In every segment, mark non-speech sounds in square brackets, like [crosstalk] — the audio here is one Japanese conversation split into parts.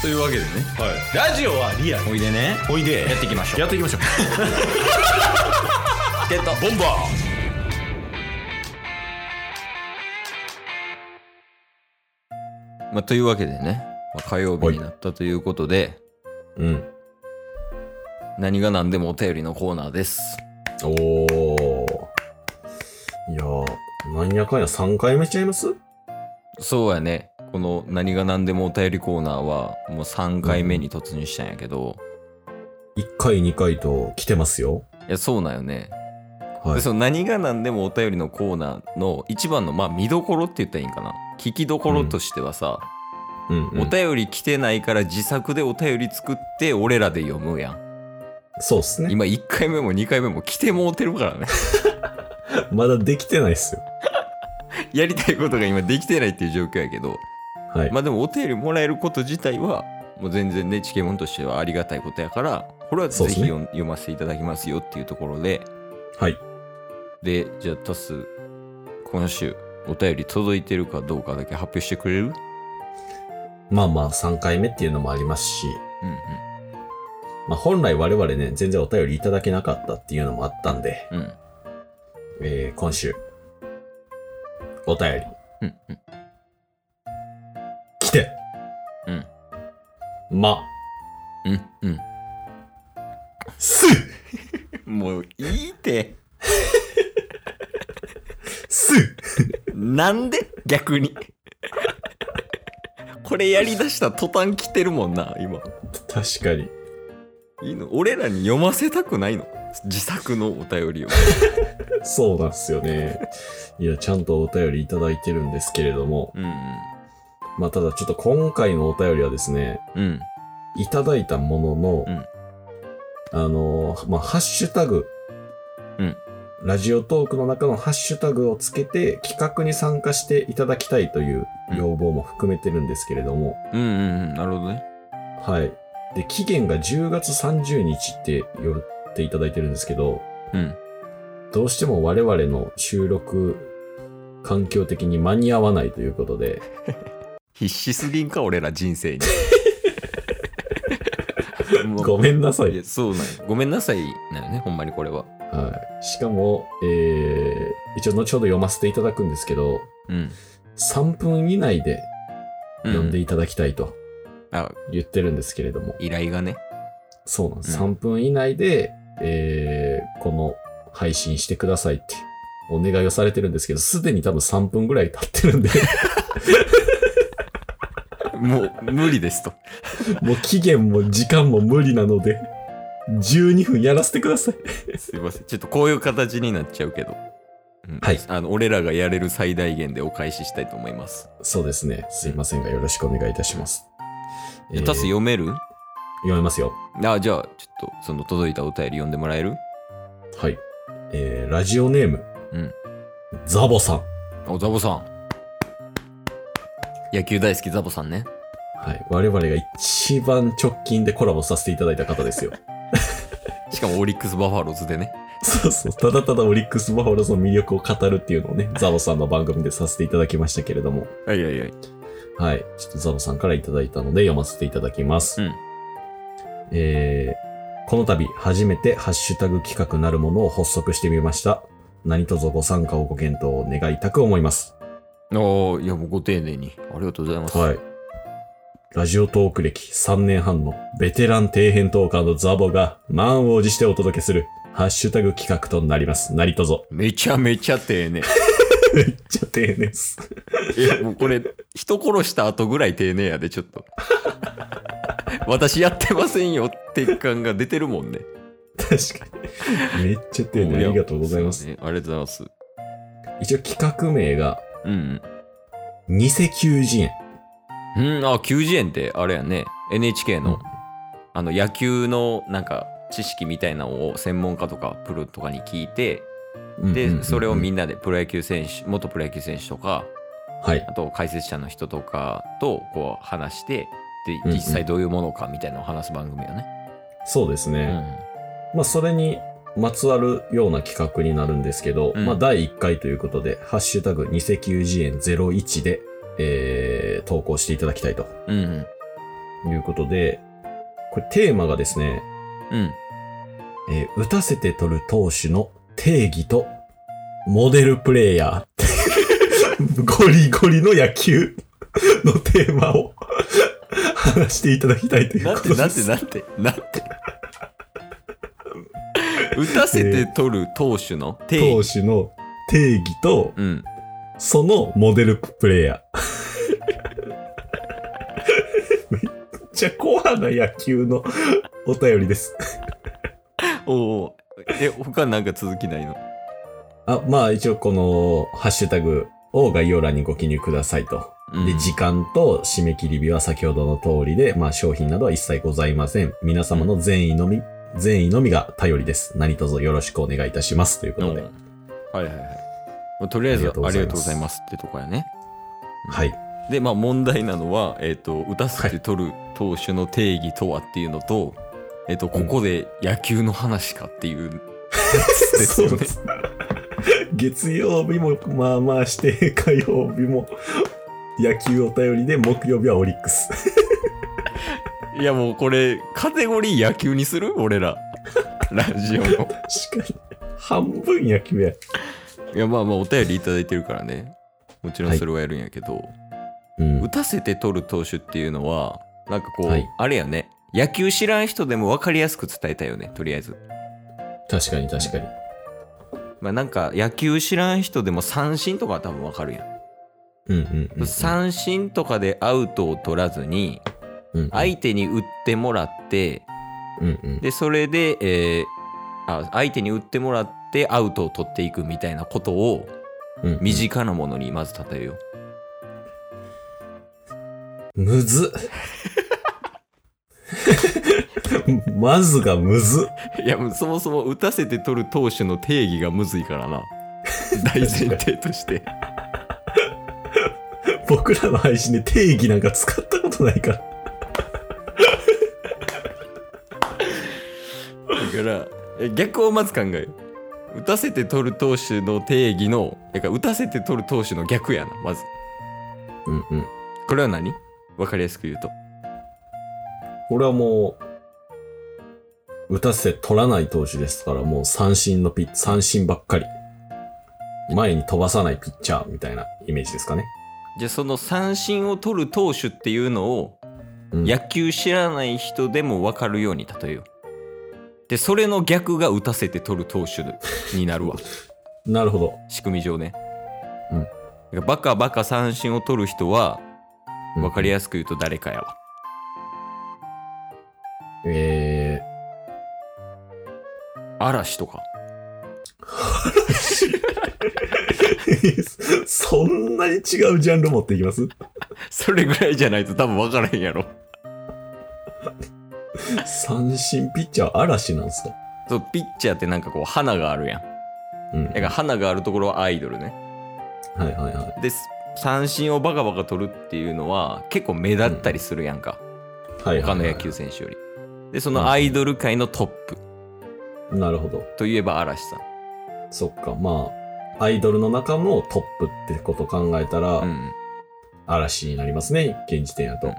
というわけでねはい、ラジオはリアルおいでねおいでやっていきましょうやって [laughs] いきましょうゲットボンバまあ、というわけでね、まあ、火曜日になったということで、ーうん何が何でもお便りのコーナーですおーいやーなんやかんや3回目ちゃいますそうやねこの何が何でもお便りコーナーはもう3回目に突入したんやけど、 1回2回と来てますよいやそうなんよね、はでいその何が何でもお便りのコーナーの一番のまあ見どころって言ったらいいんかな聞きどころとしてはさ、うんうおん、便り来てないから自作でお便り作って俺らで読むやんそうっすね今1回目も2回目も来てもうてるからね [laughs] まだできてないっすよやりたいことが今できてないっていう状況やけどはい、まあでもお便りもらえること自体はもう全然ねチケモンとしてはありがたいことやからこれはぜそうですひね読,、読ませていただきますよっていうところではいでじゃあタス今週お便り届いてるかどうかだけ発表してくれるまあまあ3回目っていうのもありますしうんうんまあ、本来我々ね、全然お便りいただけなかったっていうのもあったんで、うんえー、今週、お便り、うんうん来て、うんま、うんす、うんもういいってす、なんで逆にこれやりだした途端来てるもんな今確かに。いいの俺らに読ませたくないの自作のお便りをそうなんですよね。いや、ちゃんとお便りいただいてるんですけれども、うんまあ、ただちょっと今回のお便りはですね、うんうんいただいたものの、うんあのーまあ、ハッシュタグ、うんラジオトークの中のハッシュタグをつけて企画に参加していただきたいという要望も含めてるんですけれども、うんうんうんなるほどねはい。で、期限が10月30日って言っていただいてるんですけど、うんどうしても我々の収録環境的に間に合わないということで、必死すぎんか俺ら人 [laughs] 生にもうごめんなさいいやそうなんよごめんなさいなよねほんまにこれははい。しかも、えー、一応後ほど読ませていただくんですけど、うん3分以内で読んでいいいただきたいとあ言ってるんですけれども、依頼がねそうなんです。う3分以内で、えー、この配信してくださいってお願いをされてるんですけど、すでに多分3分ぐらい経ってるんで、もう無理ですともう期限も時間も無理なので、12分やらせてください。すいませんちょっとこういう形になっちゃうけど、うんはいあの俺らがやれる最大限でお返ししたいと思いますそうですね。すいませんが、よろしくお願いいたします。えータス読める読めますよ。あじゃあちょっとその届いたお便り読んでもらえるはい。えー、ラジオネーム。うんザボさん。おザボさん野球大好きザボさんねはい。我々が一番直近でコラボさせていただいた方で [laughs] すよ。しかもオリックスバファローズでねそうそう。ただただオリックス・バファローズの魅力を語るっていうのをね、ザボさんの番組でさせていただきましたけれども。はいはいはいはい。ちょっとザボさんからいただいたので読ませていただきます。うんえー、この度初めてハッシュタグ企画なるものを発足してみました。何卒ご参加をご検討を願いたく思います。おーいやもうご丁寧にありがとうございます、はい。ラジオトーク歴3年半のベテラン底辺トーカーのザボが満を持してお届けするハッシュタグ企画となります。何卒。めちゃめちゃ丁 [laughs] 寧めっちゃ丁寧です。えもうこれ人殺した後ぐらい丁寧やでちょっと [laughs] 私やってませんよって感が出てるもんね確かに。めっちゃ丁寧。ありがとうございます。そうねありがとうございます一応企画名がうん偽求人円。うん、うん、あ90円ってあれやね NHK の、うんあの野球のなんか知識みたいなのを専門家とかプロとかに聞いてうんうんうんうでんそれをみんなでプロ野球選手元プロ野球選手とかはい。あと解説者の人とかとこう話してうんでうん実際どういうものかみたいなのを話す番組よね。そうですうね。まあ、それにまつわるような企画になるんですけど、うんまあ、第1回ということで、ハッシュタグ偽求人円01で、えー、投稿していただきたいとんうんいうことで、これテーマがですね、うん。えー打たせて取る投手の定義と、モデルプレイヤー。 [laughs] ゴリゴリの野球のテーマを話していただきたいというなこんてと [laughs] です。なんてなんてなんて。 [laughs] 打たせて取る投手の定投義。手の定義と、うん。そのモデルプレイヤー。めっちゃコアな野球のお便りです。おお。え、他なんか続きないのあ、まあ一応このハッシュタグを概要欄にご記入くださいと。うんで、時間と締め切り日は先ほどの通りで、まあ商品などは一切ございません。皆様の善意のみ、善意のみが頼りです。何卒よろしくお願いいたします。ということで。はいはいはい。まあとりあえず、あありがとうごりざいがますとうございますってとこやね。 [laughs] はい。で、まあ問題なのは、えっ、と、打たせて取る投手の定義とはっていうのと、えっ、と、ここで野球の話かっていう、ですよね。す。 [laughs] 月曜日もまあまあして、火曜日も野球お便りで、木曜日はオリックス。いやもうこれ、カテゴリー野球にする俺 [laughs] ら。ラジオの。確かに。半分野球や。いやまあまあお便りいただいてるからね。もちろんそれはやるんやけど、うん打。たせて取る投手っていうのは、なんかこう、はいあれやね。野球知らん人でも分かりやすく伝えたいよね、とりあえず。確かに確かに。まあなんか野球知らん人でも三振とかは多分分かるやん。うんうんうんうん。三振とかでアウトを取らずに、うんうん相手に打ってもらって、うんうん。で、それで、えーあ相手に打ってもらってアウトを取っていくみたいなことを、うん身近なものにまず例えよう。むずっまずがむずっいや、もうそもそも打たせて取る投手の定義がむずいから [laughs] な。大前提として。僕らの配信で定義なんか使ったことないから。だから、え逆をまず考えよう。打たせて取る投手の定義の、だから打たせて取る投手の逆やな、まず。うんうん。これは何わかりやすく言うと。これはもう、打たせて取らない投手ですから、もう三振のピッ、三振ばっかり。前に飛ばさないピッチャーみたいなイメージですかね。じゃあその三振を取る投手っていうのを、うん野球知らない人でもわかるように例えよう。で、それの逆が打たせて取る投手になるわ。なるほど。仕組み上ね。うんだからバカバカ三振を取る人は、うんわかりやすく言うと誰かやわ。えー、 [laughs] 嵐とか。そんなに違うジャンル持っていき [laughs] ますそれぐらいじゃないと多分わからへんやろ。三振ピッチャー嵐なんですかそう、ピッチャーってなんかこう、花があるやん。うん。だから花があるところはアイドルね。はいはいはい。で、三振をバカバカ取るっていうのは、結構目立ったりするやんか。はいはい、他の野球。選手より。で、そのアイドル界のトップなるほど。といえば嵐さん。そっか、まあ、アイドルの中のトップってこと考えたら、うん。嵐になりますね、現時点やと。うん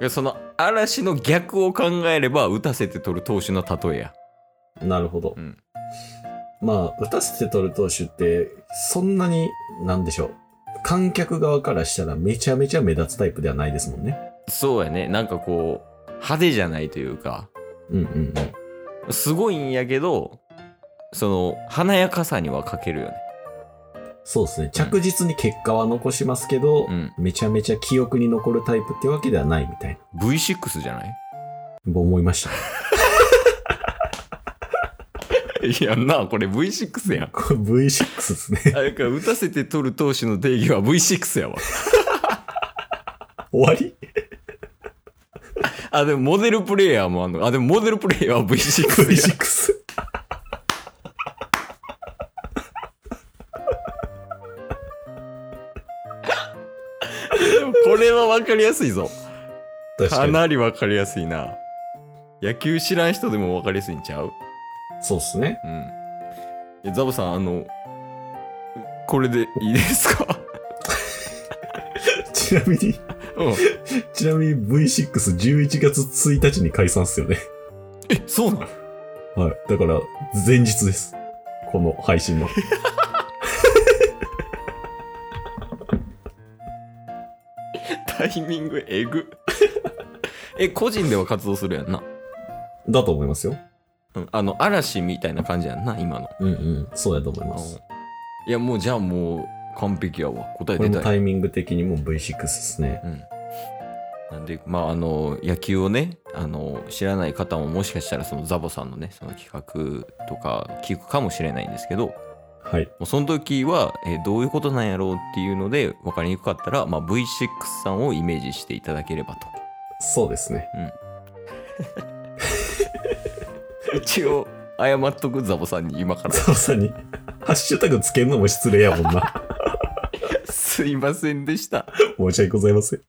でその嵐の逆を考えれば、打たせて取る投手の例えや。なるほど。うんまあ、打たせて取る投手って、そんなに、なんでしょう。観客側からしたらめちゃめちゃ目立つタイプではないですもんね。そうやね。なんかこう、派手じゃないというか、うんうんうん。すごいんやけど、その、華やかさには欠けるよね。そうですね。着実に結果は残しますけど、うん。めちゃめちゃ記憶に残るタイプってわけではないみたい V6 じゃないな。思い [laughs] ました。いやなあ、これ V6 やん。これ V6 ですね。あれか、打たせて取る投手の定義は V6 やわ。終わりあ、でもモデルプレイヤーもあんの。あ、でもモデルプレイヤーは V6 や。 V6。これは分かりやすいぞ。確かかに。なり分かりやすいな。野球知らん人でも分かりやすいんちゃうそうですね。うん。えザボさん、あの、これでいいですかちなみに、うん、ちなみに V611 月1日に解散っすよね。えそうなのはい。だから、前日です。この配信の。タイミングえぐえ個人では活動するやんな、だと思いますよ。うん、あの嵐みたいな感じやんな今のうんうん。そうやと思います。いやもうじゃあもう完璧やわ答えこれ出もたタいイミング的にもう V6 ですね。うんなんでまああの野球をねあの知らない方ももしかしたらそのザボさんのねその企画とか聞くかもしれないんですけどもはい。うその時は、えーどういうことなんやろうっていうので分かりにくかったら、まあ、V6 さんをイメージしていただければとそうですね。一応謝っとくザボさんに今 [laughs] からザボさんに、ハッシュタグつけるのも失礼やもんな。すいませんでした申し訳ございません。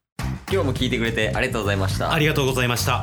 今日も聞いてくれてありがとうございましたありがとうございました。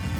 す